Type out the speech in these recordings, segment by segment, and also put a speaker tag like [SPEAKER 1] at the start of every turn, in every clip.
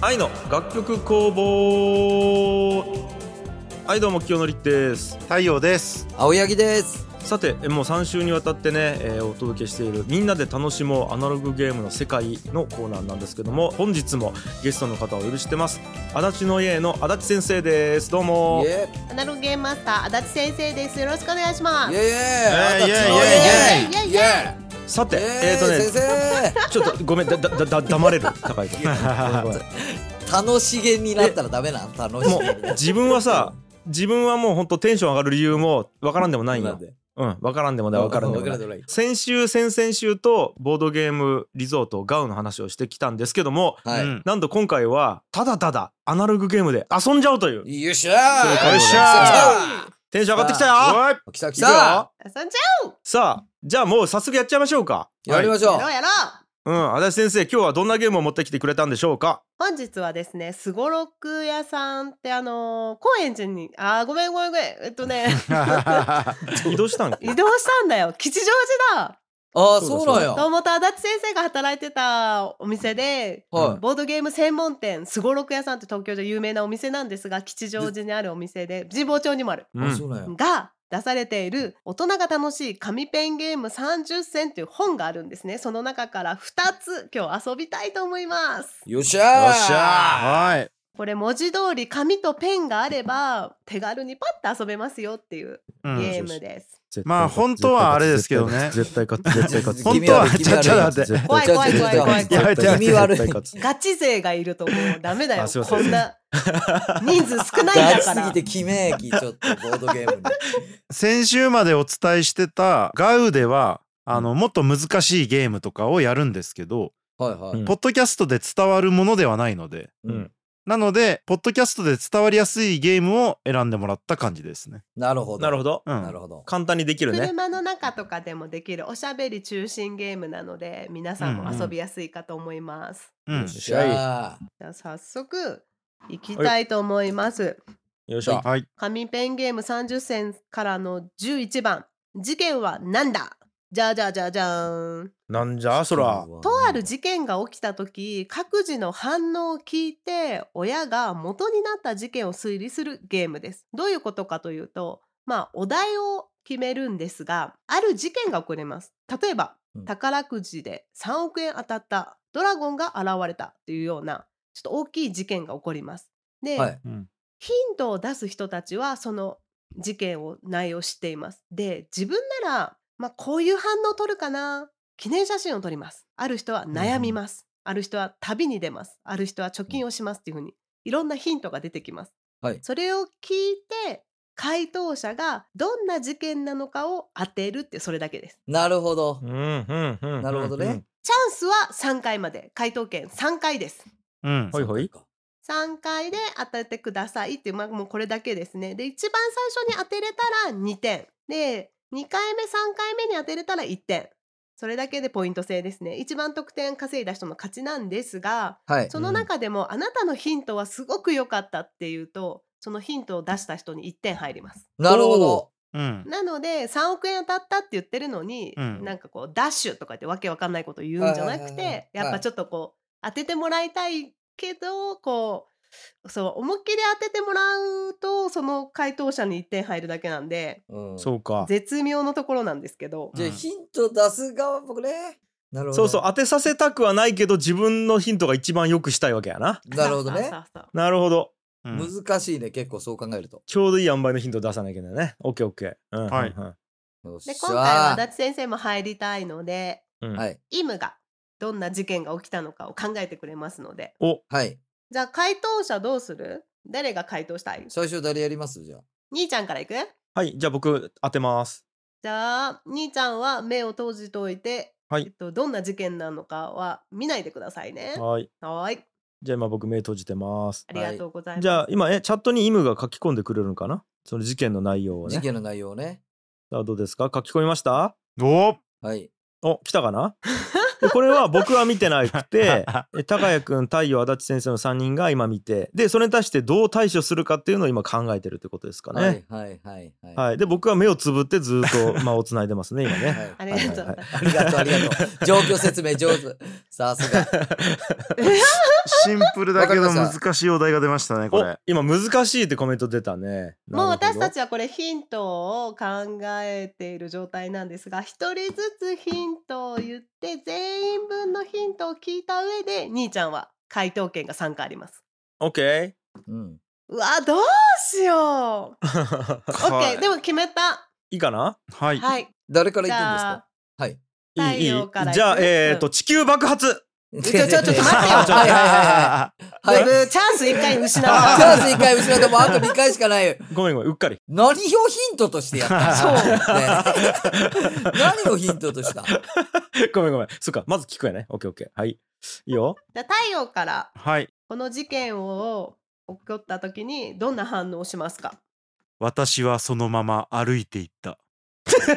[SPEAKER 1] 愛の楽曲工房はいどうも清則です
[SPEAKER 2] 太陽です
[SPEAKER 3] 青柳です
[SPEAKER 1] さてえもう3週にわたってね、えーお届けしている「みんなで楽しもうアナログゲームの世界」のコーナーなんですけども本日もゲストの方をお許してます足立の家の足立先生ですどうも
[SPEAKER 3] イエ
[SPEAKER 4] アナログゲームマスター足立先生です。よろしくお願いしま
[SPEAKER 3] ーイ
[SPEAKER 4] す。
[SPEAKER 3] エーイ
[SPEAKER 4] エーイ
[SPEAKER 3] イエーイ
[SPEAKER 4] イエーイイエーイ
[SPEAKER 3] イエ
[SPEAKER 1] さて
[SPEAKER 3] ーイ
[SPEAKER 1] えっ、ー、と
[SPEAKER 3] イエーイ
[SPEAKER 1] ね
[SPEAKER 3] 先
[SPEAKER 1] ちょっとごめんだだだだ黙れる高井君ごめん
[SPEAKER 3] 生楽しげになったらダメなん楽し
[SPEAKER 1] も
[SPEAKER 3] げに
[SPEAKER 1] う自分はさ自分はもうほんとテンション上がる理由もわからんでもないんよ
[SPEAKER 3] んで
[SPEAKER 1] うんわからんでもないわからんでもない
[SPEAKER 3] ない
[SPEAKER 1] 先週先々週とボードゲームリゾートガウの話をしてきたんですけども
[SPEAKER 3] はい
[SPEAKER 2] うん
[SPEAKER 1] なんと今回はただただアナログゲームで遊んじゃおうという
[SPEAKER 3] よっしゃ
[SPEAKER 1] それ
[SPEAKER 3] ー
[SPEAKER 1] からでございます
[SPEAKER 3] よっしゃ
[SPEAKER 1] テンション上がってきたよ
[SPEAKER 2] おい
[SPEAKER 3] ー来た来
[SPEAKER 2] 行くよ
[SPEAKER 3] た
[SPEAKER 4] 遊んじ
[SPEAKER 1] さあじゃあもう早速やっちゃいましょうか
[SPEAKER 3] やりまし
[SPEAKER 4] ゃお
[SPEAKER 3] ょ
[SPEAKER 4] うやろう
[SPEAKER 3] う
[SPEAKER 4] やろう
[SPEAKER 1] うん足立先生今日はどんなゲームを持ってきてくれたんでしょうか
[SPEAKER 4] 本日はですね、すごろく屋さんってあのー、高円寺に、あーごめんごめんごめん。えっと ね、
[SPEAKER 1] 移動したんけ
[SPEAKER 4] 移動したんだよ。吉祥寺だ。
[SPEAKER 3] あーそうなんや
[SPEAKER 4] ともと足立先生が働いてたお店で、
[SPEAKER 3] はい
[SPEAKER 4] ボードゲーム専門店、すごろく屋さんって東京で有名なお店なんですが、吉祥寺にあるお店で、神保町にもある。
[SPEAKER 1] う
[SPEAKER 3] あそ
[SPEAKER 1] ん
[SPEAKER 3] うなんや
[SPEAKER 4] が出されている大人が楽しい紙ペンゲーム30選という本があるんですねその中から2つ今日遊びたいと思います
[SPEAKER 3] よっしゃー
[SPEAKER 1] よっしゃ
[SPEAKER 2] はい
[SPEAKER 4] これ文字通り紙とペンがあれば手軽にパッと遊べますよっていう
[SPEAKER 2] う
[SPEAKER 4] ゲ
[SPEAKER 2] ん
[SPEAKER 4] ームです、
[SPEAKER 2] まあ本当はあれですけどね
[SPEAKER 1] 絶対勝つ絶対勝つ
[SPEAKER 2] 本
[SPEAKER 3] 君
[SPEAKER 2] 当は
[SPEAKER 3] 君
[SPEAKER 2] ちょちょっと待って
[SPEAKER 4] 怖い怖い怖い怖い
[SPEAKER 2] やめてやめて
[SPEAKER 3] 君悪い
[SPEAKER 1] 絶対勝つ
[SPEAKER 4] ガチ勢がいるともうダメだよ
[SPEAKER 1] あすいません
[SPEAKER 4] こんな人数少ないん
[SPEAKER 3] ガ
[SPEAKER 4] だ
[SPEAKER 3] チす
[SPEAKER 4] か
[SPEAKER 3] ぎ
[SPEAKER 4] ら
[SPEAKER 3] て決め駅ちょっとボードゲームに
[SPEAKER 2] 先週までお伝えしてたガウではあのもっと難しいゲームとかをやるんですけど、
[SPEAKER 3] はいは
[SPEAKER 1] う
[SPEAKER 3] い
[SPEAKER 1] ん
[SPEAKER 2] ポッドキャストで伝わるものではないので
[SPEAKER 1] うん
[SPEAKER 2] なのでポッドキャストで伝わりやすいゲームを選んでもらった感じですね。
[SPEAKER 3] なるほど
[SPEAKER 1] なるほど
[SPEAKER 2] うん、
[SPEAKER 3] なるほど
[SPEAKER 1] 簡単にできるね
[SPEAKER 4] 車の中とかでもできるおしゃべり中心ゲームなので皆さんも遊びやすいかと思います、
[SPEAKER 2] うん
[SPEAKER 3] よっしゃ
[SPEAKER 4] じゃあ早速いきたいと思います。
[SPEAKER 1] よいしょ
[SPEAKER 2] はい、
[SPEAKER 4] 紙ペンゲーム30選からの11番。事件はなんだじゃあじゃあじゃあじゃーん。
[SPEAKER 1] なんじ
[SPEAKER 3] ー
[SPEAKER 1] ゃそら
[SPEAKER 4] とある事件が起きた時各自の反応を聞いて親が元になった事件を推理するゲームです。どういうことかというとまあお題を決めるんですがある事件が起こります。例えば
[SPEAKER 3] うん
[SPEAKER 4] 宝くじで3億円当たったドラゴンが現れたというようなちょっと大きい事件が起こります。で、
[SPEAKER 3] はい
[SPEAKER 4] ヒントを出す人たちはその事件を内容知っています。で自分なら、まあ、こういう反応を取るかな記念写真を撮ります。ある人は悩みます。ある人は旅に出ます。ある人は貯金をしますっていうふうにいろんなヒントが出てきます。
[SPEAKER 3] はい
[SPEAKER 4] それを聞いて回答者がどんな事件なのかを当てるってそれだけです。
[SPEAKER 3] なるほど
[SPEAKER 1] うんうんうんうん
[SPEAKER 3] なるほどね
[SPEAKER 4] チャンスは3回まで回答権3回です。
[SPEAKER 2] うん
[SPEAKER 1] はいはい
[SPEAKER 4] 3回で当ててくださいっていう、まあ、もうこれだけですね。で、一番最初に当てれたら2点。で、2回目、3回目に当てれたら1点。それだけでポイント制ですね。一番得点稼いだ人の勝ちなんですが、
[SPEAKER 3] はい
[SPEAKER 4] その中でも、あなたのヒントはすごく良かったっていうと、そのヒントを出した人に1点入ります。
[SPEAKER 3] なるほど
[SPEAKER 2] うん
[SPEAKER 4] なので、3億円当たったって言ってるのに、
[SPEAKER 2] うん
[SPEAKER 4] なんかこう、ダッシュとかってわけわかんないこと言うんじゃな
[SPEAKER 3] はい
[SPEAKER 4] く
[SPEAKER 3] はいはいは
[SPEAKER 4] て
[SPEAKER 3] い、
[SPEAKER 4] やっぱちょっとこう、当ててもらいたいけど、こう、そう、思いっきり当ててもらうと、その回答者に1点入るだけなんで、
[SPEAKER 3] うん
[SPEAKER 1] そうか
[SPEAKER 4] 絶妙のところなんですけど、
[SPEAKER 3] じゃあ
[SPEAKER 2] うん
[SPEAKER 3] ヒント出す側僕ね。なるほど。
[SPEAKER 1] そうそう当てさせたくはないけど自分のヒントが一番よくしたいわけやな
[SPEAKER 3] なるほどね
[SPEAKER 4] さ。あさあさあ
[SPEAKER 1] なるほど
[SPEAKER 2] うん
[SPEAKER 3] 難しいね、結構そう考えると。
[SPEAKER 1] ちょうどいい塩梅のヒント出さなきゃいけないねオッケーオッケーうん
[SPEAKER 2] はい
[SPEAKER 1] うん
[SPEAKER 3] よっし
[SPEAKER 4] で、
[SPEAKER 3] ゃ
[SPEAKER 4] 今回は足立先生も入りたいので、
[SPEAKER 1] うん
[SPEAKER 3] はい。
[SPEAKER 4] イムがどんな事件が起きたのかを考えてくれますので、
[SPEAKER 1] お
[SPEAKER 3] はい。
[SPEAKER 4] じゃあ回答者どうする誰が回答したい
[SPEAKER 3] 最初誰やりますじゃあ。
[SPEAKER 4] 兄ちゃんからいく
[SPEAKER 1] はいじゃあ僕当てます
[SPEAKER 4] じゃあ兄ちゃんは目を閉じといて、
[SPEAKER 1] はい
[SPEAKER 4] えっと、どんな事件なのかは見ないでくださいね。
[SPEAKER 1] はい
[SPEAKER 4] はーい
[SPEAKER 1] じゃあ今僕目閉じてます
[SPEAKER 4] ありがとうございます。
[SPEAKER 1] じゃあ今えチャットにイムが書き込んでくれるのかなその事件の内容をね
[SPEAKER 3] 事件の内容ね。
[SPEAKER 1] さあどうですか書き込みました
[SPEAKER 2] お
[SPEAKER 3] はい。
[SPEAKER 1] お来たかなでこれは僕は見てなくてえ高谷君太陽足立先生の3人が今見てでそれに対してどう対処するかっていうのを今考えてるってことですかね。はい
[SPEAKER 3] はいはいはい。
[SPEAKER 1] で僕は目をつぶってずっと間をつないでますね今ね。
[SPEAKER 3] はい
[SPEAKER 4] ありがとうござい
[SPEAKER 1] は
[SPEAKER 4] ま
[SPEAKER 1] い
[SPEAKER 4] す。
[SPEAKER 3] ありがとう、ありがとう。状況説明上手。 さすが。
[SPEAKER 2] シンプルだけど
[SPEAKER 3] わかりま
[SPEAKER 2] 難
[SPEAKER 3] した
[SPEAKER 2] しいお題が出ましたねこ
[SPEAKER 1] お
[SPEAKER 2] れ。
[SPEAKER 1] 今難しいってコメント出たね。
[SPEAKER 4] もう
[SPEAKER 1] なるほ
[SPEAKER 4] 私
[SPEAKER 1] ど
[SPEAKER 4] たちはこれヒントを考えている状態なんですが一人ずつヒントを言って全員分のヒントを聞いた上で兄ちゃんは回答権が3回あります。
[SPEAKER 1] オッケ
[SPEAKER 3] うん。
[SPEAKER 4] うわどうしよう
[SPEAKER 1] ー
[SPEAKER 4] OK でも決めた
[SPEAKER 1] いいかな
[SPEAKER 2] はい。
[SPEAKER 4] はい
[SPEAKER 3] 誰から
[SPEAKER 4] じ
[SPEAKER 3] 行くんです
[SPEAKER 4] ゃ
[SPEAKER 3] か
[SPEAKER 4] あ
[SPEAKER 3] はい。
[SPEAKER 1] いいいい
[SPEAKER 4] 太陽から
[SPEAKER 1] じゃあ
[SPEAKER 4] 行く
[SPEAKER 1] えっ、と
[SPEAKER 4] う
[SPEAKER 1] 地球爆発
[SPEAKER 4] ちょちょちょ待ってよ
[SPEAKER 3] はいは
[SPEAKER 4] だ
[SPEAKER 3] いはいいはい。は い。
[SPEAKER 4] ぶチャンス1回失
[SPEAKER 3] チャン
[SPEAKER 4] わ
[SPEAKER 3] ス一回失ってもうあと2回しかないよ。
[SPEAKER 1] ごめんごめんうっかり。
[SPEAKER 3] 何をヒントとしてやった
[SPEAKER 4] そう
[SPEAKER 3] ね 何をヒントとした
[SPEAKER 1] ごめんごめん。そっかまず聞くやね。オッケーオッケー。はい。いいよ。
[SPEAKER 4] れた太陽から
[SPEAKER 2] はい。
[SPEAKER 4] この事件を起こった時にどんな反応をしますか
[SPEAKER 2] 私はそのまま歩いていった。
[SPEAKER 1] な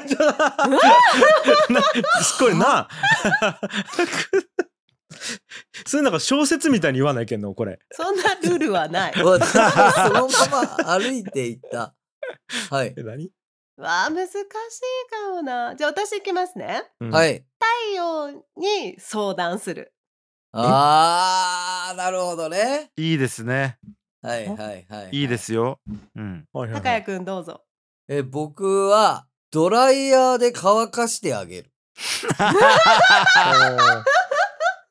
[SPEAKER 1] これな それなんか小説みたいに言わないけんのこれ
[SPEAKER 4] そんなルール はないわ
[SPEAKER 3] 私はそのまま歩いていった。はい。
[SPEAKER 1] え何、
[SPEAKER 4] あ難しいかもなじゃあ私いきますね
[SPEAKER 1] うん
[SPEAKER 3] はい。
[SPEAKER 4] 太陽に相談する
[SPEAKER 3] あー、なるほどね。
[SPEAKER 2] いいですね。
[SPEAKER 3] はいはいはい。
[SPEAKER 2] いいで。すよ。うん。
[SPEAKER 1] はいはい
[SPEAKER 4] 高
[SPEAKER 1] は
[SPEAKER 4] 谷
[SPEAKER 1] い、
[SPEAKER 4] くんどうぞ
[SPEAKER 3] え、僕は、ドライヤーで乾かしてあげる。
[SPEAKER 1] あ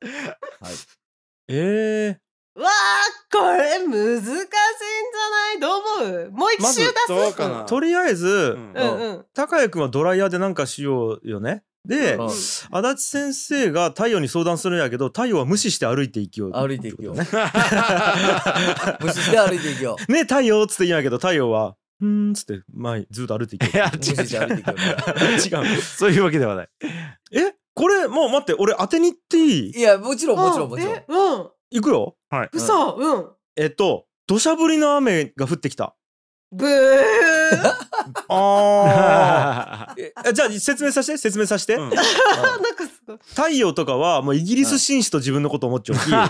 [SPEAKER 1] ー
[SPEAKER 3] はい。
[SPEAKER 1] え
[SPEAKER 4] わあこれ難しいんじゃないどう思うもう一
[SPEAKER 1] まず
[SPEAKER 4] 周出す
[SPEAKER 2] どうかな
[SPEAKER 1] ー、とりあえず、
[SPEAKER 2] うん
[SPEAKER 4] うんうん
[SPEAKER 1] 高谷君はドライヤーでなんかしようよねで、
[SPEAKER 3] うん
[SPEAKER 1] 足立先生が太陽に相談するんやけど太陽は無視して歩いていきよう
[SPEAKER 3] 歩いていきよう
[SPEAKER 1] ってこ
[SPEAKER 3] 無視して歩いていきよう。
[SPEAKER 1] とねね太陽っつって言うんやけど太陽はうーんっつって前にずっと歩いていきよ
[SPEAKER 2] いや
[SPEAKER 3] 無
[SPEAKER 2] 違
[SPEAKER 3] 視
[SPEAKER 2] う
[SPEAKER 3] して歩いていきよ。
[SPEAKER 1] う違う
[SPEAKER 2] そういうわけではない。
[SPEAKER 1] えこれもう待って俺当てに行っていうい
[SPEAKER 3] いや、もちろんもちろんもちろん
[SPEAKER 4] え。うん
[SPEAKER 1] 行くよ
[SPEAKER 4] 嘘うん
[SPEAKER 1] えっと土砂降りの雨が降ってきた
[SPEAKER 4] ブ ー
[SPEAKER 1] あえじゃあ説明させて説明させて、
[SPEAKER 2] うん
[SPEAKER 4] なんかすごい
[SPEAKER 1] 太陽とかはもうイギリス紳士と自分のこと思っ ちゃうき、
[SPEAKER 2] うん
[SPEAKER 1] その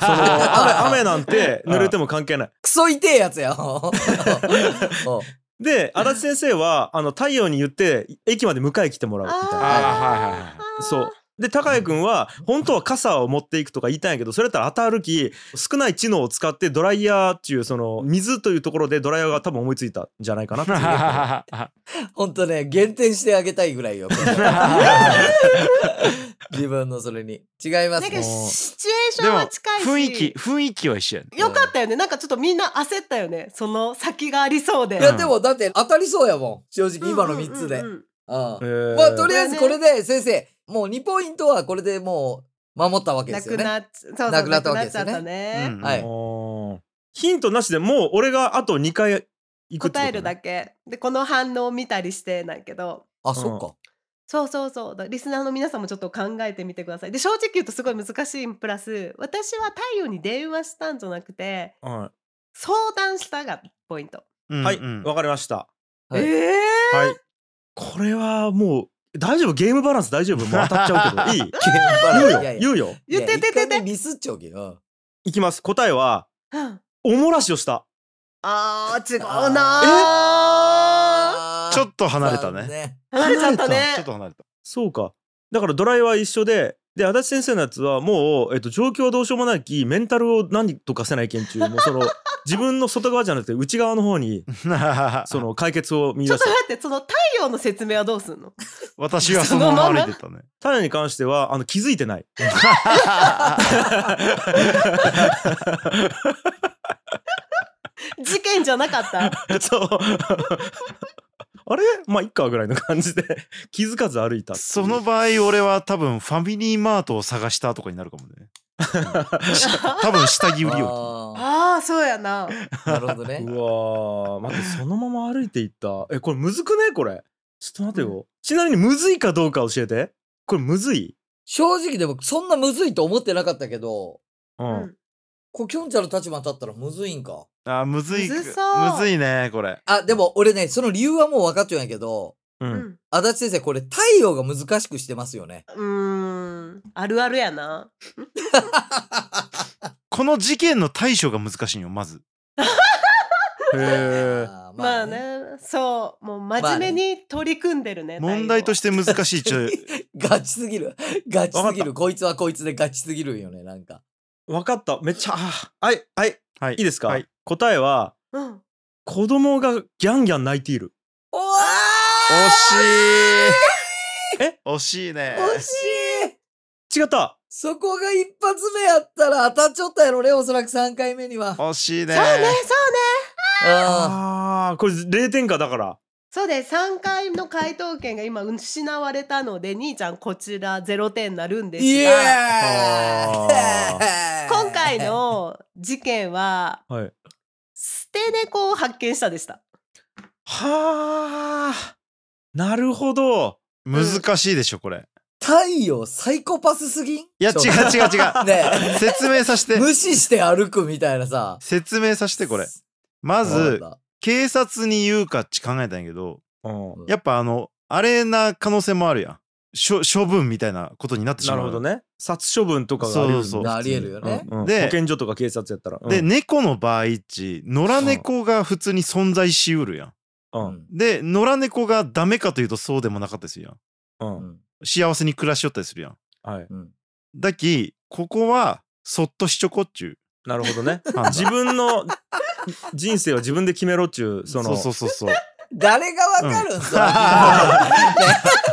[SPEAKER 1] 雨雨なんて
[SPEAKER 2] うん
[SPEAKER 1] 濡れても関係ない。
[SPEAKER 3] クソ痛えやつや。おう
[SPEAKER 1] で足立先生はあの太陽に言って駅まで迎え来てもらうみたいな。
[SPEAKER 2] あーはいはいはい
[SPEAKER 1] そうで高谷君は本当は傘を持っていくとか言いたいんやけどそれだったら当たるき少ない知能を使ってドライヤーっていうその水というところでドライヤーが多分思いついたんじゃないかな っていう
[SPEAKER 3] ほんとね、減点してあげたいぐら いよ。これ自分のそれに。違いま
[SPEAKER 4] なん
[SPEAKER 3] す
[SPEAKER 4] か
[SPEAKER 3] ね。
[SPEAKER 4] シチュエーシ
[SPEAKER 2] で
[SPEAKER 4] ョン
[SPEAKER 2] も
[SPEAKER 4] は近いし
[SPEAKER 2] 雰囲気雰囲気は一緒やね。
[SPEAKER 4] よかったよねなんかちょっとみんな焦ったよねその先がありそうで
[SPEAKER 3] いや、でもだって当たりそうやもん。正直、今の3つで。
[SPEAKER 4] う
[SPEAKER 3] うんん
[SPEAKER 4] うんうん
[SPEAKER 3] ま
[SPEAKER 1] えー
[SPEAKER 3] あ、とりあえずこれで、先生、もう2ポイントはこれでもう、守ったわ
[SPEAKER 4] うん
[SPEAKER 3] けで
[SPEAKER 4] な
[SPEAKER 3] すよ
[SPEAKER 4] く
[SPEAKER 3] ね。
[SPEAKER 4] なっそうそう
[SPEAKER 3] なくな
[SPEAKER 4] な
[SPEAKER 3] ったわけ
[SPEAKER 4] くなっ
[SPEAKER 3] で
[SPEAKER 4] ち
[SPEAKER 3] す
[SPEAKER 4] ゃ
[SPEAKER 3] よね
[SPEAKER 4] ったね
[SPEAKER 2] うん
[SPEAKER 3] はい。
[SPEAKER 1] あーヒントなしでもう俺があと2回行くってことね
[SPEAKER 4] 答えるだけでこの反応を見たりしてないけど
[SPEAKER 3] あ、そっか。
[SPEAKER 4] そうそうそうだリスナーの皆さんもちょっと考えてみてくださいで正直言うとすごい難しいプラス私は太陽に電話したんじゃなくて
[SPEAKER 1] は
[SPEAKER 4] 相談したがポイント、
[SPEAKER 1] い、
[SPEAKER 2] は
[SPEAKER 1] はいわかりました
[SPEAKER 3] はい
[SPEAKER 4] ええ
[SPEAKER 1] はいこれはもう大丈夫ゲームバランス大丈夫もう当たっちゃうけどいい言うよ
[SPEAKER 3] いやいや
[SPEAKER 1] 言うよ
[SPEAKER 4] 言っててて
[SPEAKER 3] いや一回
[SPEAKER 4] て
[SPEAKER 3] 目ミスっちゃうけど。
[SPEAKER 1] いきます答えは
[SPEAKER 4] うん
[SPEAKER 1] おもらしをした
[SPEAKER 4] あー違うなー
[SPEAKER 3] あー
[SPEAKER 2] ちょっと離れたね。
[SPEAKER 4] 離れちゃったね
[SPEAKER 2] ちょっと離れた。
[SPEAKER 1] そうかだからドライは一緒でで足立先生のやつはもう、えっと、状況はどうしようもないきメンタルを何とかせない研究もう その自分の外側じゃなくて内側の方に その解決を見
[SPEAKER 4] ちょ
[SPEAKER 1] 出した
[SPEAKER 4] っと待ってその太陽の説明はどうすんの
[SPEAKER 2] 私はそのまま歩いてたね。
[SPEAKER 1] タネに関してはあの気づいてない
[SPEAKER 4] 事件じゃなかっ た
[SPEAKER 1] そうあれまあいっかぐらいの感じで 気づかず歩いたっていう
[SPEAKER 2] その場合俺は多分ファミリーマートを探したとかになるかもね。多分下着売りよ。
[SPEAKER 3] あ
[SPEAKER 4] ああそうやな
[SPEAKER 3] ーなるほどね
[SPEAKER 1] う。わー待ってそのまま歩いていったえこれむずくねこれちょっと待てよ、ちなみにむずいかどうか教えてこれむずい
[SPEAKER 3] 正直でもそんなむずいと思ってなかったけど、
[SPEAKER 1] うん、
[SPEAKER 4] うん
[SPEAKER 3] こう、きょんちゃんの立場に立ったらむずいんか。
[SPEAKER 2] あーむずい
[SPEAKER 4] むずそう
[SPEAKER 2] むずいねこれ。
[SPEAKER 3] あ、でも俺ね、その理由はもう分かっちゃうんやけど、
[SPEAKER 1] うん
[SPEAKER 4] うん
[SPEAKER 3] 足立先生、これ太陽が難しくしてますよね。
[SPEAKER 4] うーんあるあるやな。
[SPEAKER 2] この事件の対処が難しいんよまず
[SPEAKER 1] へえ
[SPEAKER 3] あー
[SPEAKER 4] まあ。ね、そう、もう真面目に取り組んでるね。。
[SPEAKER 2] 問題としてて難しいちょ
[SPEAKER 3] ガチすぎる。ガチ
[SPEAKER 1] わ
[SPEAKER 3] す
[SPEAKER 1] か
[SPEAKER 3] ぎ
[SPEAKER 1] った
[SPEAKER 3] る。こいつはこいつでガチすぎるよね、なんか。
[SPEAKER 1] 分かっためっちゃあはいはい
[SPEAKER 2] はい
[SPEAKER 1] いいですか、
[SPEAKER 2] はい
[SPEAKER 1] 答えは
[SPEAKER 4] うん。
[SPEAKER 1] 子供がギャンギャン泣いている
[SPEAKER 3] お
[SPEAKER 2] 惜しい
[SPEAKER 1] え
[SPEAKER 2] 惜しいね
[SPEAKER 3] ー惜しい
[SPEAKER 1] 違った
[SPEAKER 3] そこが一発目やったら当たっちゃったやろね、おそらく3回目には。
[SPEAKER 2] 惜しいね
[SPEAKER 4] そうね、そうね。
[SPEAKER 3] あ
[SPEAKER 1] ああこれ0点かだから
[SPEAKER 4] そうで、三回の回答権が今失われたので、兄ちゃんこちらゼロ点になるんで
[SPEAKER 3] ー
[SPEAKER 4] す
[SPEAKER 3] イエ
[SPEAKER 4] が、
[SPEAKER 3] ーイ
[SPEAKER 4] 今回。の事件は
[SPEAKER 1] はい
[SPEAKER 4] 捨て猫を発見したでした。
[SPEAKER 1] はあなるほど
[SPEAKER 2] 難しいでしょこれ
[SPEAKER 3] 太陽サイコパスすぎんい
[SPEAKER 2] いや違う違う違 う
[SPEAKER 3] ね
[SPEAKER 2] 説明させ
[SPEAKER 3] え
[SPEAKER 2] て
[SPEAKER 3] 無視して歩くみたいな さ。
[SPEAKER 2] 説明させてこれま
[SPEAKER 3] そう
[SPEAKER 2] ず
[SPEAKER 3] だ
[SPEAKER 2] 警察に言うかっち考えたんやけど
[SPEAKER 1] うん
[SPEAKER 2] やっぱあのあれな可能性もあるやん処処分みたいなことになってしま
[SPEAKER 1] な
[SPEAKER 2] う
[SPEAKER 1] るほどね殺処分とかがあり得るんだ
[SPEAKER 2] そうそう
[SPEAKER 3] なありえるよね。
[SPEAKER 1] うんうん
[SPEAKER 2] で
[SPEAKER 1] 保健所とか警察やったら
[SPEAKER 2] で、
[SPEAKER 1] うん
[SPEAKER 2] 猫の場合っち野良猫が普通に存在しうるやん
[SPEAKER 1] う
[SPEAKER 3] うんん
[SPEAKER 2] で野良猫がダメかというとそうでもなかったでするやん
[SPEAKER 1] うん
[SPEAKER 3] う、ん
[SPEAKER 2] 幸せに暮らしよったりするやん
[SPEAKER 1] はい
[SPEAKER 3] うん
[SPEAKER 2] だきここはそっとしちょこっちゅ
[SPEAKER 1] なるほど ね
[SPEAKER 2] う判断
[SPEAKER 1] 自分 の人生は自分で決めろっちゅうその
[SPEAKER 2] そうそうそうそう
[SPEAKER 3] 誰がわかるん
[SPEAKER 2] は
[SPEAKER 3] さ。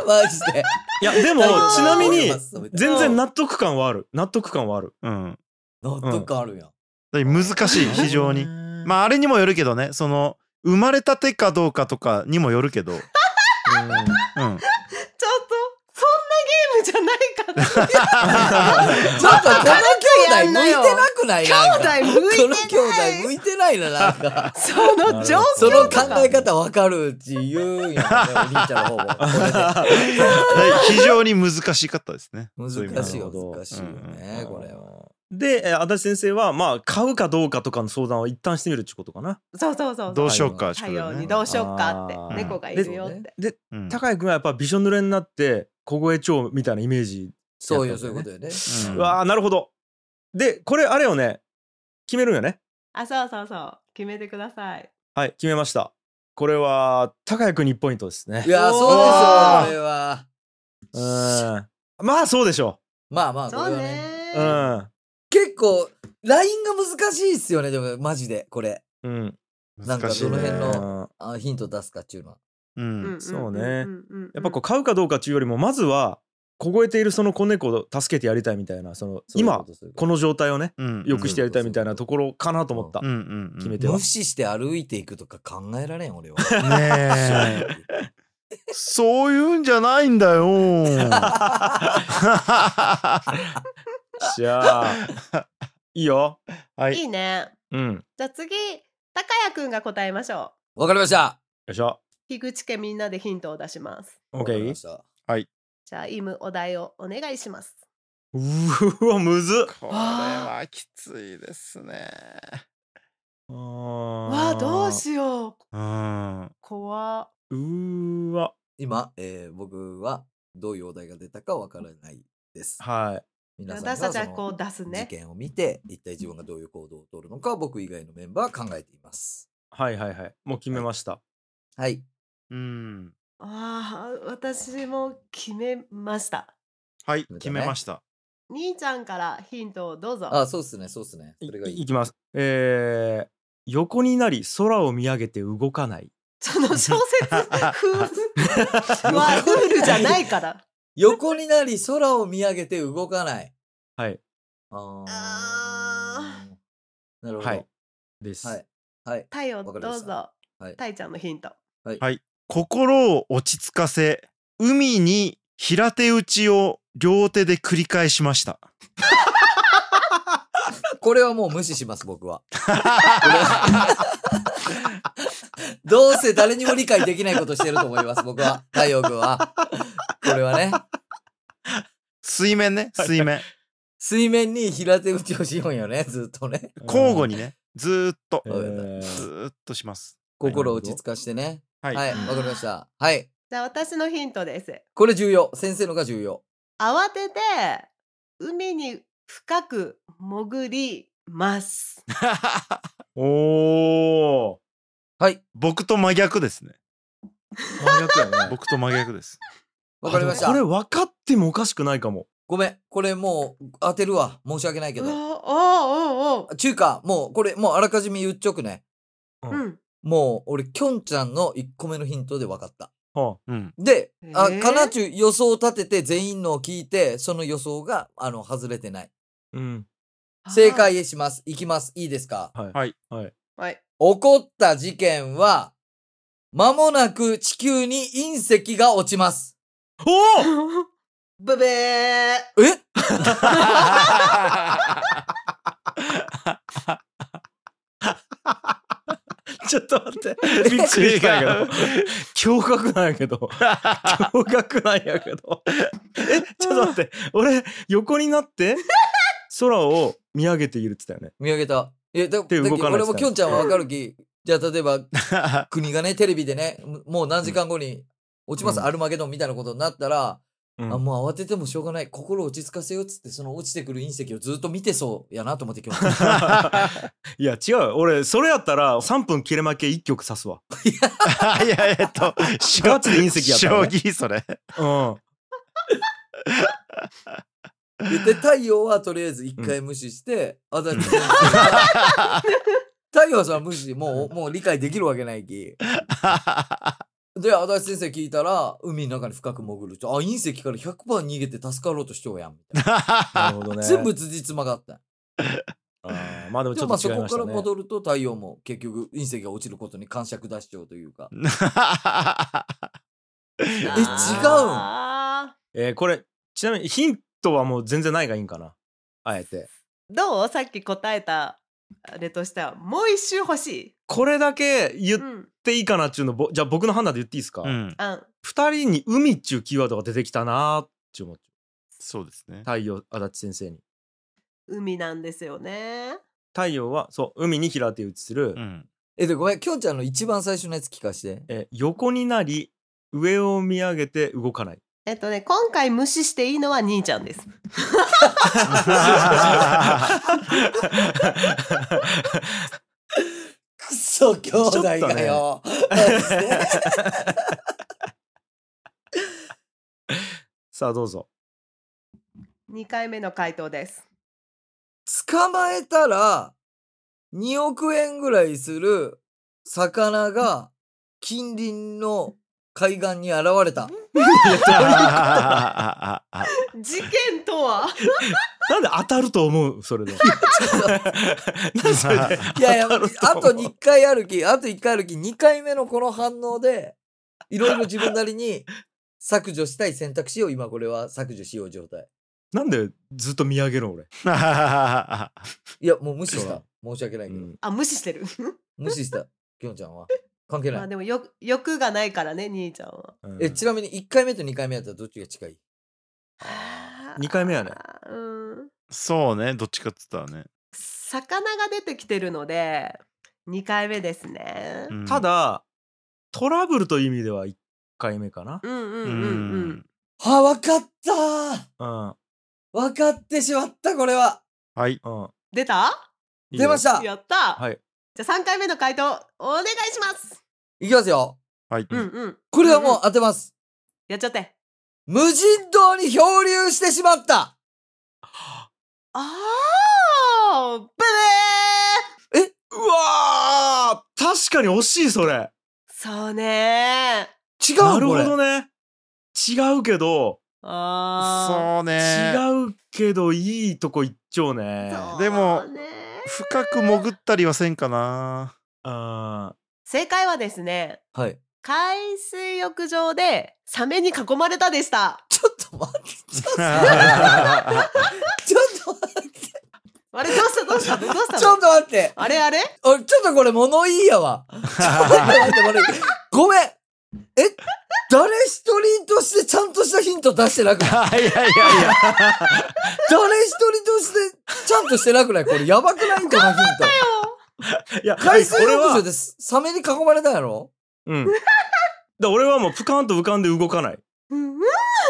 [SPEAKER 3] マジで。
[SPEAKER 1] いやでも
[SPEAKER 3] 太陽が
[SPEAKER 1] ちなみに
[SPEAKER 3] 思います
[SPEAKER 1] 全然納得感はある納得感はある
[SPEAKER 2] うん
[SPEAKER 3] 納得あるやん。
[SPEAKER 2] だき難しい非常に
[SPEAKER 1] ま
[SPEAKER 2] まああれにもよるけどねその生まれたてかどうかとかにもよるけど、う
[SPEAKER 1] あ
[SPEAKER 4] ちょっと、そんな
[SPEAKER 2] ん、
[SPEAKER 4] ゲームじゃないか
[SPEAKER 3] ちょっとこの兄弟向いてなくないなんか
[SPEAKER 4] な。兄弟向い
[SPEAKER 3] こ
[SPEAKER 4] て
[SPEAKER 3] の
[SPEAKER 4] ない。
[SPEAKER 3] 兄弟向いてないな、なんか。
[SPEAKER 4] その状況
[SPEAKER 3] その考え
[SPEAKER 4] とか
[SPEAKER 3] 方わかるって言うんやね、お兄ちゃんの方もこ
[SPEAKER 2] だき非常に難しかったですねそう
[SPEAKER 3] れ
[SPEAKER 2] う意
[SPEAKER 3] で。
[SPEAKER 2] 味で
[SPEAKER 1] な
[SPEAKER 3] 難しいよ
[SPEAKER 2] は
[SPEAKER 1] るほ、ど
[SPEAKER 3] 難しいよね、これは。
[SPEAKER 1] はでえー足立先生はまあ買うかどうかとかの相談を一旦してみるっちゅうことかな
[SPEAKER 4] そうそうそうそ
[SPEAKER 2] ど
[SPEAKER 4] う
[SPEAKER 2] うしようか
[SPEAKER 4] 太陽
[SPEAKER 2] 宿題ね
[SPEAKER 4] にどうしようか
[SPEAKER 1] あ
[SPEAKER 4] っ
[SPEAKER 1] ー
[SPEAKER 4] て猫がいるよっ
[SPEAKER 3] うん
[SPEAKER 4] て
[SPEAKER 1] で
[SPEAKER 2] うん
[SPEAKER 1] 高井君はやっぱびしょ濡れになって凍え腸みたいなイメージ
[SPEAKER 3] そうよ、そういうことよね。
[SPEAKER 2] う
[SPEAKER 1] うんわーなるほどでこれあれよね決めるんよね
[SPEAKER 4] あそうそうそう決めてください
[SPEAKER 1] はい決めましたこれは高谷君に1ポイントですね
[SPEAKER 3] いや、そうでしょ、こ
[SPEAKER 2] おー
[SPEAKER 3] れは。
[SPEAKER 1] うんまあそうでしょ
[SPEAKER 3] まあまあ、こ
[SPEAKER 4] そ
[SPEAKER 3] れ
[SPEAKER 4] う
[SPEAKER 3] はね。
[SPEAKER 4] ね
[SPEAKER 1] う、うん
[SPEAKER 3] 結構、ラインが難しいっすよね、でも、マジで、これ。
[SPEAKER 1] うん
[SPEAKER 3] なんか
[SPEAKER 2] 難しい
[SPEAKER 3] どの辺
[SPEAKER 1] う
[SPEAKER 3] の
[SPEAKER 1] ん
[SPEAKER 3] あヒント出すかっていうのは。
[SPEAKER 2] うん
[SPEAKER 4] んんんん
[SPEAKER 1] そうね
[SPEAKER 4] んんん
[SPEAKER 1] やっぱこう買うかどうかっていうよりもまずは凍えているその子猫を助けてやりたいみたいなその今こ
[SPEAKER 3] の、
[SPEAKER 1] の状態をね
[SPEAKER 2] うん
[SPEAKER 1] 良くしてやりたいみたいなところかなと思った
[SPEAKER 2] うんうんうん
[SPEAKER 1] 決めては
[SPEAKER 3] 無視して歩いていくとか考えられ ん、俺は。
[SPEAKER 2] ねえそういうんじゃないんだよ。は
[SPEAKER 1] じゃあいいよ
[SPEAKER 4] い
[SPEAKER 2] い。
[SPEAKER 4] いね
[SPEAKER 1] うんよ
[SPEAKER 4] じゃあ次高谷くんが答えましょ
[SPEAKER 3] わかりました。
[SPEAKER 1] いしょ
[SPEAKER 4] う樋口家みんなでヒントを出します
[SPEAKER 1] オッ
[SPEAKER 3] わ
[SPEAKER 1] ケ
[SPEAKER 3] かり
[SPEAKER 1] ー
[SPEAKER 3] ました
[SPEAKER 4] じゃあイムお題をお願いします
[SPEAKER 1] うーわむずっ
[SPEAKER 2] これはきついですね。
[SPEAKER 4] わ
[SPEAKER 1] わ
[SPEAKER 4] あどうしよう
[SPEAKER 2] うん。
[SPEAKER 4] 怖っ
[SPEAKER 1] うーわ
[SPEAKER 3] 今、えー僕はどういうお題が出たかわからないです。
[SPEAKER 1] はい
[SPEAKER 3] 皆さんが
[SPEAKER 4] 私たちは
[SPEAKER 3] その
[SPEAKER 4] こう出す
[SPEAKER 3] 事
[SPEAKER 4] ね
[SPEAKER 3] 件を見て、一体自分がどういう行動を取るのか、僕以外のメンバーは考えています。
[SPEAKER 1] はいはいはいもう決めました
[SPEAKER 3] はい。
[SPEAKER 2] うん。
[SPEAKER 4] ああ私も決めました
[SPEAKER 2] はい、
[SPEAKER 3] ね
[SPEAKER 2] 決めました。
[SPEAKER 4] 兄ちゃんからヒントをどうぞ
[SPEAKER 3] あ、そうっすね、そうっすね。それがい
[SPEAKER 1] いい
[SPEAKER 3] い。
[SPEAKER 1] きますえー横になり空を見上げて動かない
[SPEAKER 4] その小説 風はルールじゃないから。
[SPEAKER 3] 横になり空を見上げて動かない。
[SPEAKER 1] はい
[SPEAKER 3] あ
[SPEAKER 4] あ
[SPEAKER 3] あ。なるほ
[SPEAKER 1] は
[SPEAKER 3] ど。はいい。
[SPEAKER 1] です
[SPEAKER 3] はい。はい。
[SPEAKER 4] 太陽
[SPEAKER 3] わ
[SPEAKER 4] ど
[SPEAKER 3] か
[SPEAKER 4] う
[SPEAKER 3] りました
[SPEAKER 4] ぞ。
[SPEAKER 3] はい
[SPEAKER 4] 太ちゃんのヒント。
[SPEAKER 2] 心を落ち着かせ、海に平手打ちを両手で繰り返しました。
[SPEAKER 3] これはもう無視します、僕は。 これどうせ誰にも理解できないことしてると思います、僕は。太陽君は。これはね。
[SPEAKER 2] 水面ね、水面。
[SPEAKER 3] 水面に平手打ちをしようよね、ずっとね。
[SPEAKER 2] 交互にね、ずーっと、
[SPEAKER 1] えー
[SPEAKER 2] ずーっとします。
[SPEAKER 3] 心を落ち着かしてね。
[SPEAKER 2] は。
[SPEAKER 3] はいい、わ、かりました。はい。
[SPEAKER 4] じゃあ私のヒントです。
[SPEAKER 3] これ重要。先生のが重要。
[SPEAKER 4] 慌てて海に深く潜ります。
[SPEAKER 1] お お。
[SPEAKER 3] はい。
[SPEAKER 2] 僕と真逆ですね
[SPEAKER 1] 真逆やね。
[SPEAKER 2] 僕と真逆です
[SPEAKER 3] わかりました
[SPEAKER 1] あ。でもこれ分かってもおかしくないかも。
[SPEAKER 3] ごめん。これもう当てるわ。申し訳ないけ
[SPEAKER 4] うわ
[SPEAKER 3] ど。
[SPEAKER 4] おおお
[SPEAKER 3] 中華、もうこれ、もうあらかじめ言っちょくね。
[SPEAKER 4] お。うん。
[SPEAKER 3] もう俺、きょんちゃんの1個目のヒントで分かった。
[SPEAKER 1] は
[SPEAKER 2] うん
[SPEAKER 3] で、あ、
[SPEAKER 4] えー
[SPEAKER 3] かなちゅ予想を立てて全員のを聞いて、その予想が、あの、外れてない。
[SPEAKER 1] あ、うん。
[SPEAKER 3] 正解します。いきます。いいですか
[SPEAKER 1] はい。
[SPEAKER 2] はい
[SPEAKER 1] はい。
[SPEAKER 4] あー。はい。
[SPEAKER 3] 起こった事件は、間もなく地球に隕石が落ちます。
[SPEAKER 1] おお。
[SPEAKER 4] ブベー。
[SPEAKER 3] え
[SPEAKER 1] ちょっと待って。 びっくりしたんやけど。驚愕なんやけど。驚愕なんやけど。え、ちょっと待って。俺、横になって、空を見上げているって言ったよね。
[SPEAKER 3] 見上げた。え、だ
[SPEAKER 1] 手動かない
[SPEAKER 3] 俺
[SPEAKER 1] です
[SPEAKER 3] も
[SPEAKER 1] ね
[SPEAKER 3] きょんちゃんはわかるき。じゃあ、例えば、国がね、テレビでね、ももう何時間後に落ちます、
[SPEAKER 1] うん
[SPEAKER 3] アルマゲドンみたいなことになったら、
[SPEAKER 1] うん
[SPEAKER 3] あ、もう慌ててもしょうがない。心を落ち着かせようっつって、その落ちてくる隕石をずっと見てそうやなと思って今日。
[SPEAKER 1] いや、違うよ。俺、それやったら、3分切れ負け1曲刺すわ。
[SPEAKER 2] いやえっと
[SPEAKER 1] ガチで隕石やった
[SPEAKER 2] 将
[SPEAKER 1] ら ね
[SPEAKER 2] 棋それ
[SPEAKER 1] うん。
[SPEAKER 3] で、太陽はとりあえず一回無視して、あだち先生が太陽はそれは無視、もう、もう理解できるわけないき。で、足立先生聞いたら、海の中に深く潜ると。あ、隕石から100%逃げて助かろうとしようやん。みたい
[SPEAKER 1] なるほどね。
[SPEAKER 3] な 全部辻褄があった。
[SPEAKER 1] あー。まあでも
[SPEAKER 3] で
[SPEAKER 1] ち
[SPEAKER 3] も
[SPEAKER 1] ょ
[SPEAKER 3] まあ
[SPEAKER 1] っと
[SPEAKER 3] そ
[SPEAKER 1] 違い
[SPEAKER 3] こ
[SPEAKER 1] まし
[SPEAKER 3] か
[SPEAKER 1] た
[SPEAKER 3] ら
[SPEAKER 1] ね。
[SPEAKER 3] 戻ると太陽も結局隕石が落ちることに感触出しちゃうというか。
[SPEAKER 4] え
[SPEAKER 3] 違うん
[SPEAKER 1] えーこれ、ちなみにヒントはもう全然ないがいいんかな。あえて。
[SPEAKER 4] どうさっき答えたあれとしてはもう一周欲しい。
[SPEAKER 1] これだけ言
[SPEAKER 4] う
[SPEAKER 1] っ
[SPEAKER 4] ん。
[SPEAKER 1] ていいかなっちゅうの、ぼじゃあ僕の判断で言っていいですか、
[SPEAKER 2] うん
[SPEAKER 4] あん
[SPEAKER 1] 二人に海っちゅうキーワードが出てきたなーっちゅう思っちゃう
[SPEAKER 2] そうですね
[SPEAKER 1] 太陽足立先生に
[SPEAKER 4] 海なんですよね。
[SPEAKER 1] 太陽はそう海に平手打ちする、
[SPEAKER 2] うん
[SPEAKER 3] え、で、ごめん、きょんちゃんの一番最初のやつ聞 かして。
[SPEAKER 1] えー横になり上を見上げて動かない
[SPEAKER 4] えっとね今回無視していいのは兄ちゃんです。
[SPEAKER 3] くそ、兄弟
[SPEAKER 1] ちょっと
[SPEAKER 3] が
[SPEAKER 1] ね
[SPEAKER 3] よ。
[SPEAKER 1] さあどうぞ
[SPEAKER 4] 二回目の回答です。
[SPEAKER 3] 捕まえたら2億円ぐらいする魚が近隣の海岸に現れた。
[SPEAKER 4] 事件とは
[SPEAKER 1] なんで当たると思うそれで なんでそれで
[SPEAKER 3] いやいや、あ
[SPEAKER 1] 当たる思う
[SPEAKER 3] と2回歩き、あと1回歩き、2回目のこの反応で、いろいろ自分な りに削除したい選択肢を今これは削除しよう状態。
[SPEAKER 1] なんでずっと見上げるん俺
[SPEAKER 3] いや、もう無視し
[SPEAKER 1] そう
[SPEAKER 3] た。申し訳ないけど。
[SPEAKER 1] うん
[SPEAKER 4] あ無視してる。
[SPEAKER 3] 無視した。きょんちゃ んは。関係
[SPEAKER 4] まあ
[SPEAKER 3] ない。
[SPEAKER 4] でも欲欲がないからね兄ちゃんは。
[SPEAKER 1] うん
[SPEAKER 3] え、ちなみに1回目と2回目やったらどっちが近い
[SPEAKER 1] 二回目やね
[SPEAKER 4] あーうん。
[SPEAKER 2] そうねどっちかっつったらね
[SPEAKER 4] 魚が出てきてるので二回目ですね。
[SPEAKER 2] うん
[SPEAKER 1] ただトラブルという意味では1回目かな
[SPEAKER 4] うんうん
[SPEAKER 2] う
[SPEAKER 4] うんうん。
[SPEAKER 2] ん
[SPEAKER 3] あ、わかったー
[SPEAKER 1] うん
[SPEAKER 3] わかってしまった、これは。
[SPEAKER 2] はい
[SPEAKER 1] うん
[SPEAKER 4] 出た？
[SPEAKER 1] いいよ
[SPEAKER 3] 出ました。
[SPEAKER 4] やった。
[SPEAKER 1] はい
[SPEAKER 4] じゃあ三回目の回答お願いします。
[SPEAKER 3] いきますよ。
[SPEAKER 2] はい
[SPEAKER 4] うんうん。
[SPEAKER 3] これはもう
[SPEAKER 4] う
[SPEAKER 3] 当てます。
[SPEAKER 4] やっちゃって。
[SPEAKER 3] 無人島に漂流してしまった。
[SPEAKER 4] ああ、ブレー。
[SPEAKER 1] うわー確かに惜しいそれ
[SPEAKER 4] そうね
[SPEAKER 3] 違う
[SPEAKER 1] なる
[SPEAKER 3] こ
[SPEAKER 1] ほ
[SPEAKER 3] れ
[SPEAKER 1] どね違うけど
[SPEAKER 4] あ
[SPEAKER 2] そうね
[SPEAKER 1] 違うけどいいとこ行っちゃうね
[SPEAKER 4] あ。
[SPEAKER 2] でも
[SPEAKER 4] そうね
[SPEAKER 2] 深く潜ったりはせんかな
[SPEAKER 1] あ
[SPEAKER 4] 正解はですね、
[SPEAKER 3] はい。
[SPEAKER 4] 海水浴場でサメに囲まれまれたでした。
[SPEAKER 3] ちょっと待って。ちょっとちょっと待って。
[SPEAKER 4] あれどうしたどうしたどうした
[SPEAKER 3] ちょっ
[SPEAKER 4] の？
[SPEAKER 3] と待って。
[SPEAKER 4] あれあれ？
[SPEAKER 3] 俺、ちょっとこれ物言いやわ。ちょっと待って、待って。ごめん。え、誰一人としてちゃんとしたヒント出してなく ない
[SPEAKER 2] いやいやいや
[SPEAKER 3] 誰一人としてちゃんとしてなく ないこれやばくないんかな、ヒント。
[SPEAKER 1] ーいや
[SPEAKER 3] 海水
[SPEAKER 1] これ
[SPEAKER 3] 浴場
[SPEAKER 1] は
[SPEAKER 3] です。サメに囲まれたやろ
[SPEAKER 1] うんだから俺はもうプカンと浮かんで動かない
[SPEAKER 4] うんうん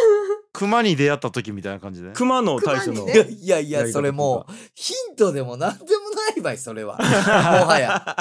[SPEAKER 2] 熊に出会った時みたいな感じで
[SPEAKER 1] 熊の対処の、
[SPEAKER 4] 熊に
[SPEAKER 3] いや
[SPEAKER 4] ね
[SPEAKER 3] いやいや、それもう、ヒントでも何でもないばい、それは。もはや。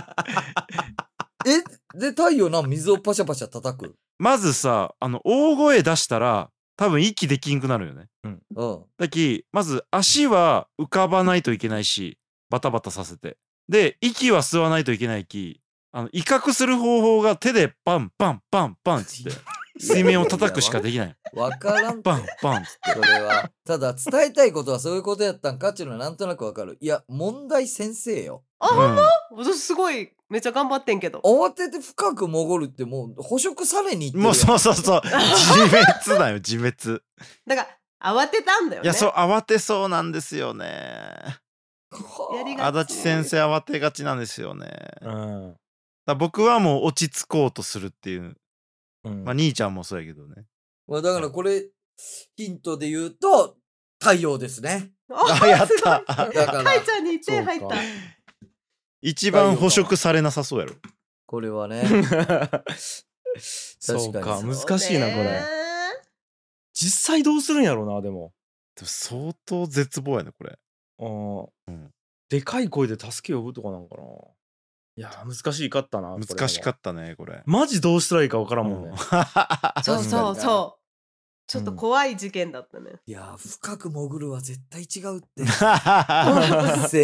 [SPEAKER 3] え、で、太陽な、水をパシャパシャ叩く。
[SPEAKER 2] まずさあの大声出したら多分息できんくなるよね
[SPEAKER 3] うん。
[SPEAKER 2] だきまず足は浮かばないといけないしバタバタさせてで息は吸わないといけないきあの威嚇する方法が手でパンパンパンパンっ つって水面を叩くしかでき ない
[SPEAKER 3] わからん、
[SPEAKER 2] パンパンっつって
[SPEAKER 3] それは。ただ、伝えたいことはそういうことやったんかっていうのはなんとなくわかる。いや、問題先生よ。
[SPEAKER 4] あ、ほん
[SPEAKER 2] うん
[SPEAKER 4] 私すごいめっちゃ頑張ってんけど
[SPEAKER 3] 慌てて深く潜るってもう捕食されに行ってるやん
[SPEAKER 2] もうそうそう そう自滅だよ自滅
[SPEAKER 4] だから慌てたんだよね
[SPEAKER 2] いやそう慌てそうなんですよね
[SPEAKER 4] やりが
[SPEAKER 2] 足立先生慌てがちなんですよね
[SPEAKER 1] う
[SPEAKER 2] だか
[SPEAKER 1] ん
[SPEAKER 2] ら僕はもう落ち着こうとするっていう
[SPEAKER 1] うん
[SPEAKER 2] まあ兄ちゃんもそうやけどね
[SPEAKER 3] まあ、だからこれ、ヒントで言うと、太陽ですね。
[SPEAKER 2] あやった
[SPEAKER 4] すごい
[SPEAKER 3] だから
[SPEAKER 4] かいちゃんに1点入っ
[SPEAKER 1] そう
[SPEAKER 4] た
[SPEAKER 1] か
[SPEAKER 2] 一番捕食されなさそうやろ
[SPEAKER 3] これはね。
[SPEAKER 1] そうか
[SPEAKER 3] 確かに
[SPEAKER 1] 難しいなこれ実際どうするんやろうなでも
[SPEAKER 2] でも相当絶望やねこれ
[SPEAKER 1] うん
[SPEAKER 2] うん
[SPEAKER 1] でかい声で助け呼ぶとかなんかないやー難しいかったな
[SPEAKER 2] 難しか
[SPEAKER 1] った
[SPEAKER 2] ったねこれ
[SPEAKER 1] マジどうしたらいいかわからんもん
[SPEAKER 2] う
[SPEAKER 1] ね
[SPEAKER 2] ん
[SPEAKER 4] そうそうそうちょっと
[SPEAKER 1] うん
[SPEAKER 4] 怖い事件だったね、
[SPEAKER 3] いやー、深く潜るは絶対違うって。先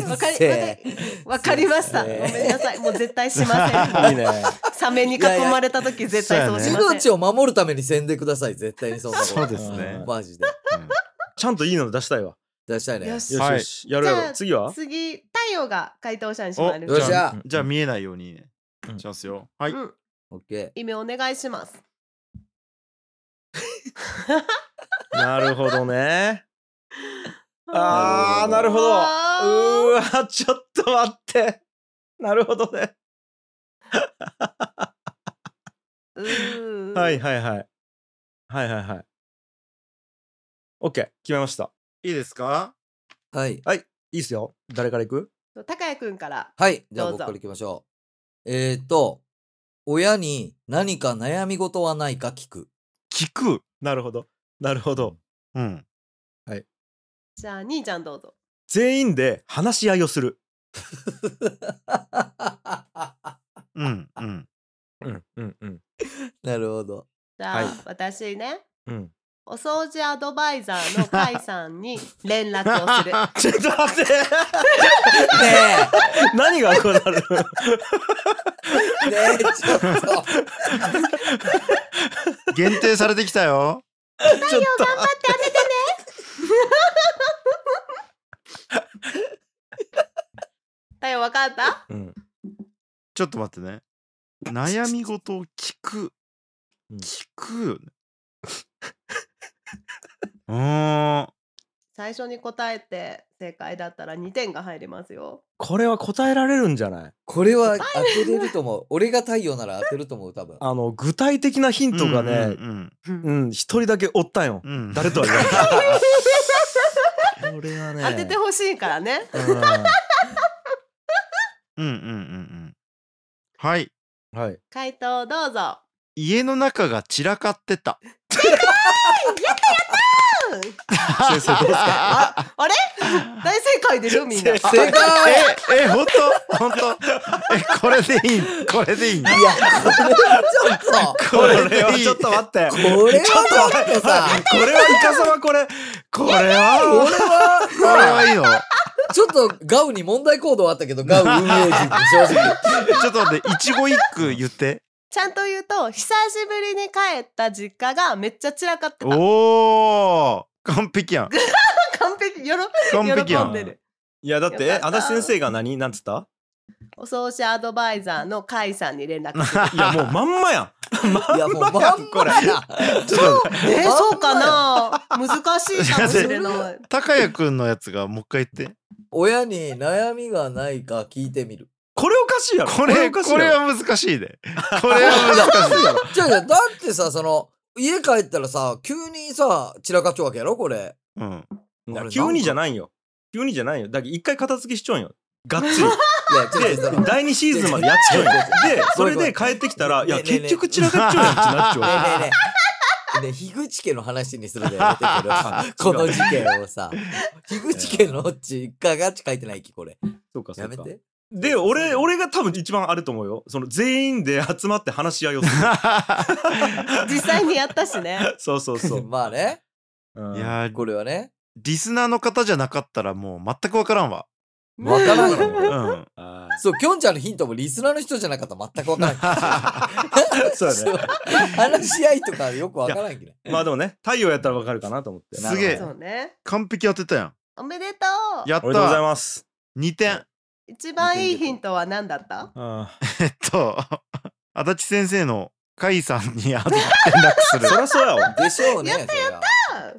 [SPEAKER 4] わかりわか
[SPEAKER 3] 生。
[SPEAKER 4] りわかりました。ご
[SPEAKER 3] 先生
[SPEAKER 4] めんなさい。もう絶対しませ
[SPEAKER 1] いい
[SPEAKER 4] ん。
[SPEAKER 1] ね
[SPEAKER 4] サメに囲まれた時絶対そうしません。
[SPEAKER 3] 命を守るためにせんでください。絶対にそんなこと。
[SPEAKER 2] そうですね
[SPEAKER 3] うんマジで。
[SPEAKER 1] ちゃんといいの出したいわ
[SPEAKER 3] 出したいね。
[SPEAKER 4] よ
[SPEAKER 3] よ
[SPEAKER 4] し
[SPEAKER 1] よし
[SPEAKER 2] はい
[SPEAKER 1] よしやるや
[SPEAKER 4] じゃ
[SPEAKER 1] ろ次は
[SPEAKER 4] あ次太陽が回答者にしまる。
[SPEAKER 2] お
[SPEAKER 3] っしゃ。
[SPEAKER 2] じゃあ見えないようにね
[SPEAKER 1] うん
[SPEAKER 2] しますよはい
[SPEAKER 4] うん。
[SPEAKER 3] オッケ
[SPEAKER 4] 意味お願いします。
[SPEAKER 1] なるほど ねあ
[SPEAKER 3] あ
[SPEAKER 1] ー
[SPEAKER 3] ー
[SPEAKER 1] なるほどう
[SPEAKER 4] あー
[SPEAKER 1] ーわちょっと待ってなるほどね
[SPEAKER 4] うーん
[SPEAKER 1] はいはいはいはいはいはい OK 決めました
[SPEAKER 2] いいですか
[SPEAKER 3] ー。はい。
[SPEAKER 1] いいっすよ誰から行く
[SPEAKER 4] 高谷くんから。
[SPEAKER 3] はい。じゃあ
[SPEAKER 4] どうぞ
[SPEAKER 3] 僕から行きましょう。えーっと、親に何か悩み事はないか聞く。
[SPEAKER 2] 聞く
[SPEAKER 1] なるほどなるほど
[SPEAKER 2] うん
[SPEAKER 4] じゃあ兄ちゃんどうぞ。
[SPEAKER 1] 全員で話し合いをする
[SPEAKER 2] うんう
[SPEAKER 1] う
[SPEAKER 2] ん
[SPEAKER 1] んうんうん
[SPEAKER 3] なるほど。
[SPEAKER 4] じゃあ、
[SPEAKER 1] はい
[SPEAKER 4] 私ね。
[SPEAKER 1] うん
[SPEAKER 4] お掃除アドバイザーの甲斐さんに連絡を す
[SPEAKER 1] ち
[SPEAKER 4] る。
[SPEAKER 1] ょっと待って
[SPEAKER 3] ね
[SPEAKER 1] 何がこうな る
[SPEAKER 3] えねえ、ちょっと。
[SPEAKER 2] 限定されてきたよ
[SPEAKER 1] ちょっと
[SPEAKER 4] 太陽わかった
[SPEAKER 1] うん
[SPEAKER 2] ちょっと待ってね悩み事を聞く
[SPEAKER 1] うん
[SPEAKER 2] 聞くよねうーん
[SPEAKER 4] 最初に答えて正解だったら2点が入りますよ。
[SPEAKER 1] これは答えられるんじゃない
[SPEAKER 3] これは当てれると思う。俺が太陽なら当てると思う、多分。
[SPEAKER 1] あの具体的なヒントがね
[SPEAKER 2] うん
[SPEAKER 1] うん一人だけおったんよ
[SPEAKER 2] うんうん
[SPEAKER 1] 誰とは言わない これはね
[SPEAKER 4] 当ててほしいからね。
[SPEAKER 2] うんうんうんうんはい
[SPEAKER 1] うんはい
[SPEAKER 4] 回答ど うぞ。
[SPEAKER 2] 家の中が散らかってた
[SPEAKER 1] 先生どうですか
[SPEAKER 4] あ、あれ大正解でしょみんな。
[SPEAKER 1] 正
[SPEAKER 3] 正解
[SPEAKER 2] ええ本当本当えこれでいいこれでいい
[SPEAKER 3] いや、これは
[SPEAKER 1] これはちょっと待って
[SPEAKER 3] ちょっと、これは
[SPEAKER 1] ちょっと
[SPEAKER 3] ちょっとさ、
[SPEAKER 1] これはイカサマこれこれ
[SPEAKER 3] これ
[SPEAKER 1] は
[SPEAKER 3] は、
[SPEAKER 2] これはいいの
[SPEAKER 3] ちょっとガウに問題行動あった けど、ガウ運営陣に正直。
[SPEAKER 2] ちょっと待って一期一句言って
[SPEAKER 4] ちゃんと言うと、久しぶりに帰った実家がめっちゃ散らかってた。
[SPEAKER 2] おー完璧やん
[SPEAKER 4] 完璧、よろ、
[SPEAKER 2] 完璧や
[SPEAKER 4] 喜ん
[SPEAKER 2] ん
[SPEAKER 4] でる。
[SPEAKER 1] いやだって
[SPEAKER 4] よ
[SPEAKER 1] え
[SPEAKER 4] か
[SPEAKER 1] 足
[SPEAKER 4] った
[SPEAKER 1] 立先生が何なんつった
[SPEAKER 4] お掃除アドバイザーの甲斐さんに連絡する。
[SPEAKER 1] い やもうまんまやんまんま
[SPEAKER 3] いや、もう、まんま
[SPEAKER 1] やんこれ
[SPEAKER 3] や。
[SPEAKER 2] ちょっと
[SPEAKER 4] えー、そうかな難しいかもしれない。
[SPEAKER 2] 高谷くんのやつがもう一回言って
[SPEAKER 3] 親に悩みがないか聞いてみる。
[SPEAKER 1] これおかしいやろ
[SPEAKER 2] これ
[SPEAKER 1] おかしい
[SPEAKER 2] こ
[SPEAKER 1] やろ
[SPEAKER 2] れは難しいでこれは難しいやろ
[SPEAKER 3] ちょいちょいだってさ、その、家帰ったらさ、急にさ、散らかっちゃうわけやろ、これ。
[SPEAKER 2] うん
[SPEAKER 1] いや
[SPEAKER 3] 俺
[SPEAKER 1] 急にじゃないよ急にじゃないよだけど一回片付けしちょんよがっつり。
[SPEAKER 3] いや、ちょ っ
[SPEAKER 1] で
[SPEAKER 3] とその、ね
[SPEAKER 1] 第2シーズンまでやっちゃうよで、それで帰ってきたら、いや、結局散らかっちゃう やんってなっち
[SPEAKER 3] え
[SPEAKER 1] ゃう。
[SPEAKER 3] ねえねえ。ねえ樋口家の話にするの や
[SPEAKER 1] あ
[SPEAKER 3] めてけど、こ
[SPEAKER 1] 違
[SPEAKER 3] の
[SPEAKER 1] う
[SPEAKER 3] 事件をさ、樋口家の実家が書いてないき、これ。
[SPEAKER 1] そうか、そ
[SPEAKER 3] や
[SPEAKER 1] う
[SPEAKER 3] め
[SPEAKER 1] か。
[SPEAKER 3] て。
[SPEAKER 1] で、俺、俺が多分一番あると思うよ。その全員で集まって話し合いをす る。
[SPEAKER 4] 実際にやったしね。
[SPEAKER 1] そうそうそ う。
[SPEAKER 3] まあね、
[SPEAKER 1] うん
[SPEAKER 2] いやー
[SPEAKER 3] これはね。
[SPEAKER 2] リスナーの方じゃなかったらもう全く分からんわ。
[SPEAKER 3] わからんよ
[SPEAKER 2] う
[SPEAKER 3] ね。
[SPEAKER 2] ん。
[SPEAKER 1] あ
[SPEAKER 3] そう、きょんちゃんのヒントもリスナーの人じゃなかったら全くわからんけど
[SPEAKER 1] ー そう
[SPEAKER 3] そ
[SPEAKER 1] や
[SPEAKER 3] う
[SPEAKER 1] ね。
[SPEAKER 3] 話し合いとかよくわからんけど。
[SPEAKER 1] まあでもね、太陽やったらわかるかなと思って。
[SPEAKER 2] すげえ
[SPEAKER 4] そうね。
[SPEAKER 2] 完璧当てたやん。
[SPEAKER 4] おめでとう。
[SPEAKER 2] やっ
[SPEAKER 1] おめでとうござい
[SPEAKER 2] た
[SPEAKER 1] ます。
[SPEAKER 2] !2 点。
[SPEAKER 4] 一番いいヒントは何だった？
[SPEAKER 1] あ
[SPEAKER 2] えっと、 足立先生の甲斐さんにあの連絡
[SPEAKER 1] ーそ
[SPEAKER 2] する。
[SPEAKER 1] りゃそうやわ。
[SPEAKER 3] でしょうね。やったやった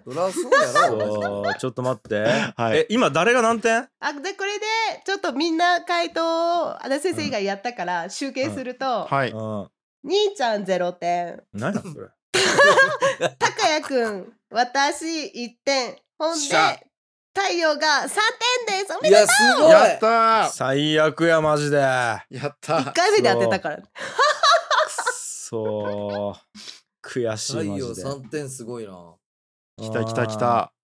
[SPEAKER 3] そりゃそうやろ。
[SPEAKER 1] そう、ちょっと待って。
[SPEAKER 2] はい
[SPEAKER 1] え、今誰が何点
[SPEAKER 4] あでこれでちょっとみんな回答を足立先生以外やったから集計すると、
[SPEAKER 2] はい。
[SPEAKER 1] うん。
[SPEAKER 4] 兄ちゃん0点
[SPEAKER 1] 何やそれ。
[SPEAKER 4] 高也くん私1点ほんで
[SPEAKER 3] しゃ
[SPEAKER 4] 太陽が3点ですおめ
[SPEAKER 3] い
[SPEAKER 4] でとう
[SPEAKER 3] や、すごい。
[SPEAKER 2] やったー
[SPEAKER 1] 最悪や、マジで。
[SPEAKER 2] やっ
[SPEAKER 4] 1
[SPEAKER 2] た
[SPEAKER 4] 回目で当てたから
[SPEAKER 1] くっそー。悔し
[SPEAKER 3] 太
[SPEAKER 1] い、マ
[SPEAKER 3] 陽
[SPEAKER 1] ジで。
[SPEAKER 3] 3点すごいな。
[SPEAKER 2] 来た来た来た。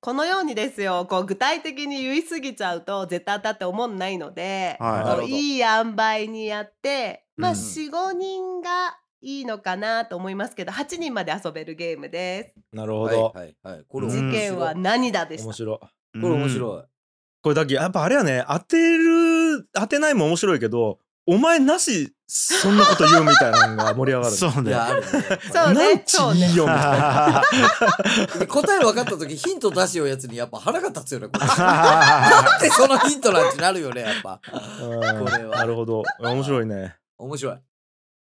[SPEAKER 4] このようにですよこう具体的に言い過ぎちゃうと絶対当たって思んないので、
[SPEAKER 2] はい
[SPEAKER 4] こ
[SPEAKER 3] なるほど
[SPEAKER 4] ういい塩梅にやってまあ
[SPEAKER 1] うん
[SPEAKER 4] 45人がいいのかなと思いますけど8人まで遊べるゲームで
[SPEAKER 1] なるほど。
[SPEAKER 3] はいはいはい。これ
[SPEAKER 2] うん
[SPEAKER 4] す事
[SPEAKER 3] 面白い
[SPEAKER 4] 件は何だでした
[SPEAKER 1] 面白い。
[SPEAKER 2] うん
[SPEAKER 3] これ面白い。
[SPEAKER 1] これだけやっぱあれやね当てる当てないも面白いけどお前なしそんなこと言うみたいなのが盛り上がる
[SPEAKER 2] そう
[SPEAKER 3] い
[SPEAKER 2] ね。
[SPEAKER 3] や、あるね。
[SPEAKER 4] そうね
[SPEAKER 1] なんちいいよみたいな、
[SPEAKER 3] で答え分かった時ヒント出しようやつにやっぱ腹が立つよね、 これ。なんでそのヒントなんてなるよね、やっぱ。
[SPEAKER 1] うん
[SPEAKER 3] これは
[SPEAKER 1] なるほど面白いね
[SPEAKER 3] 面白い。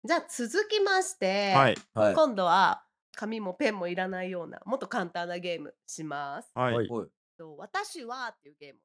[SPEAKER 4] じゃあ続きまして、
[SPEAKER 2] はい。
[SPEAKER 3] はい。
[SPEAKER 4] 今度は紙もペンもいらないようなもっと簡単なゲームします。
[SPEAKER 2] は
[SPEAKER 1] はいい。
[SPEAKER 3] おい
[SPEAKER 4] と私はっていうゲームを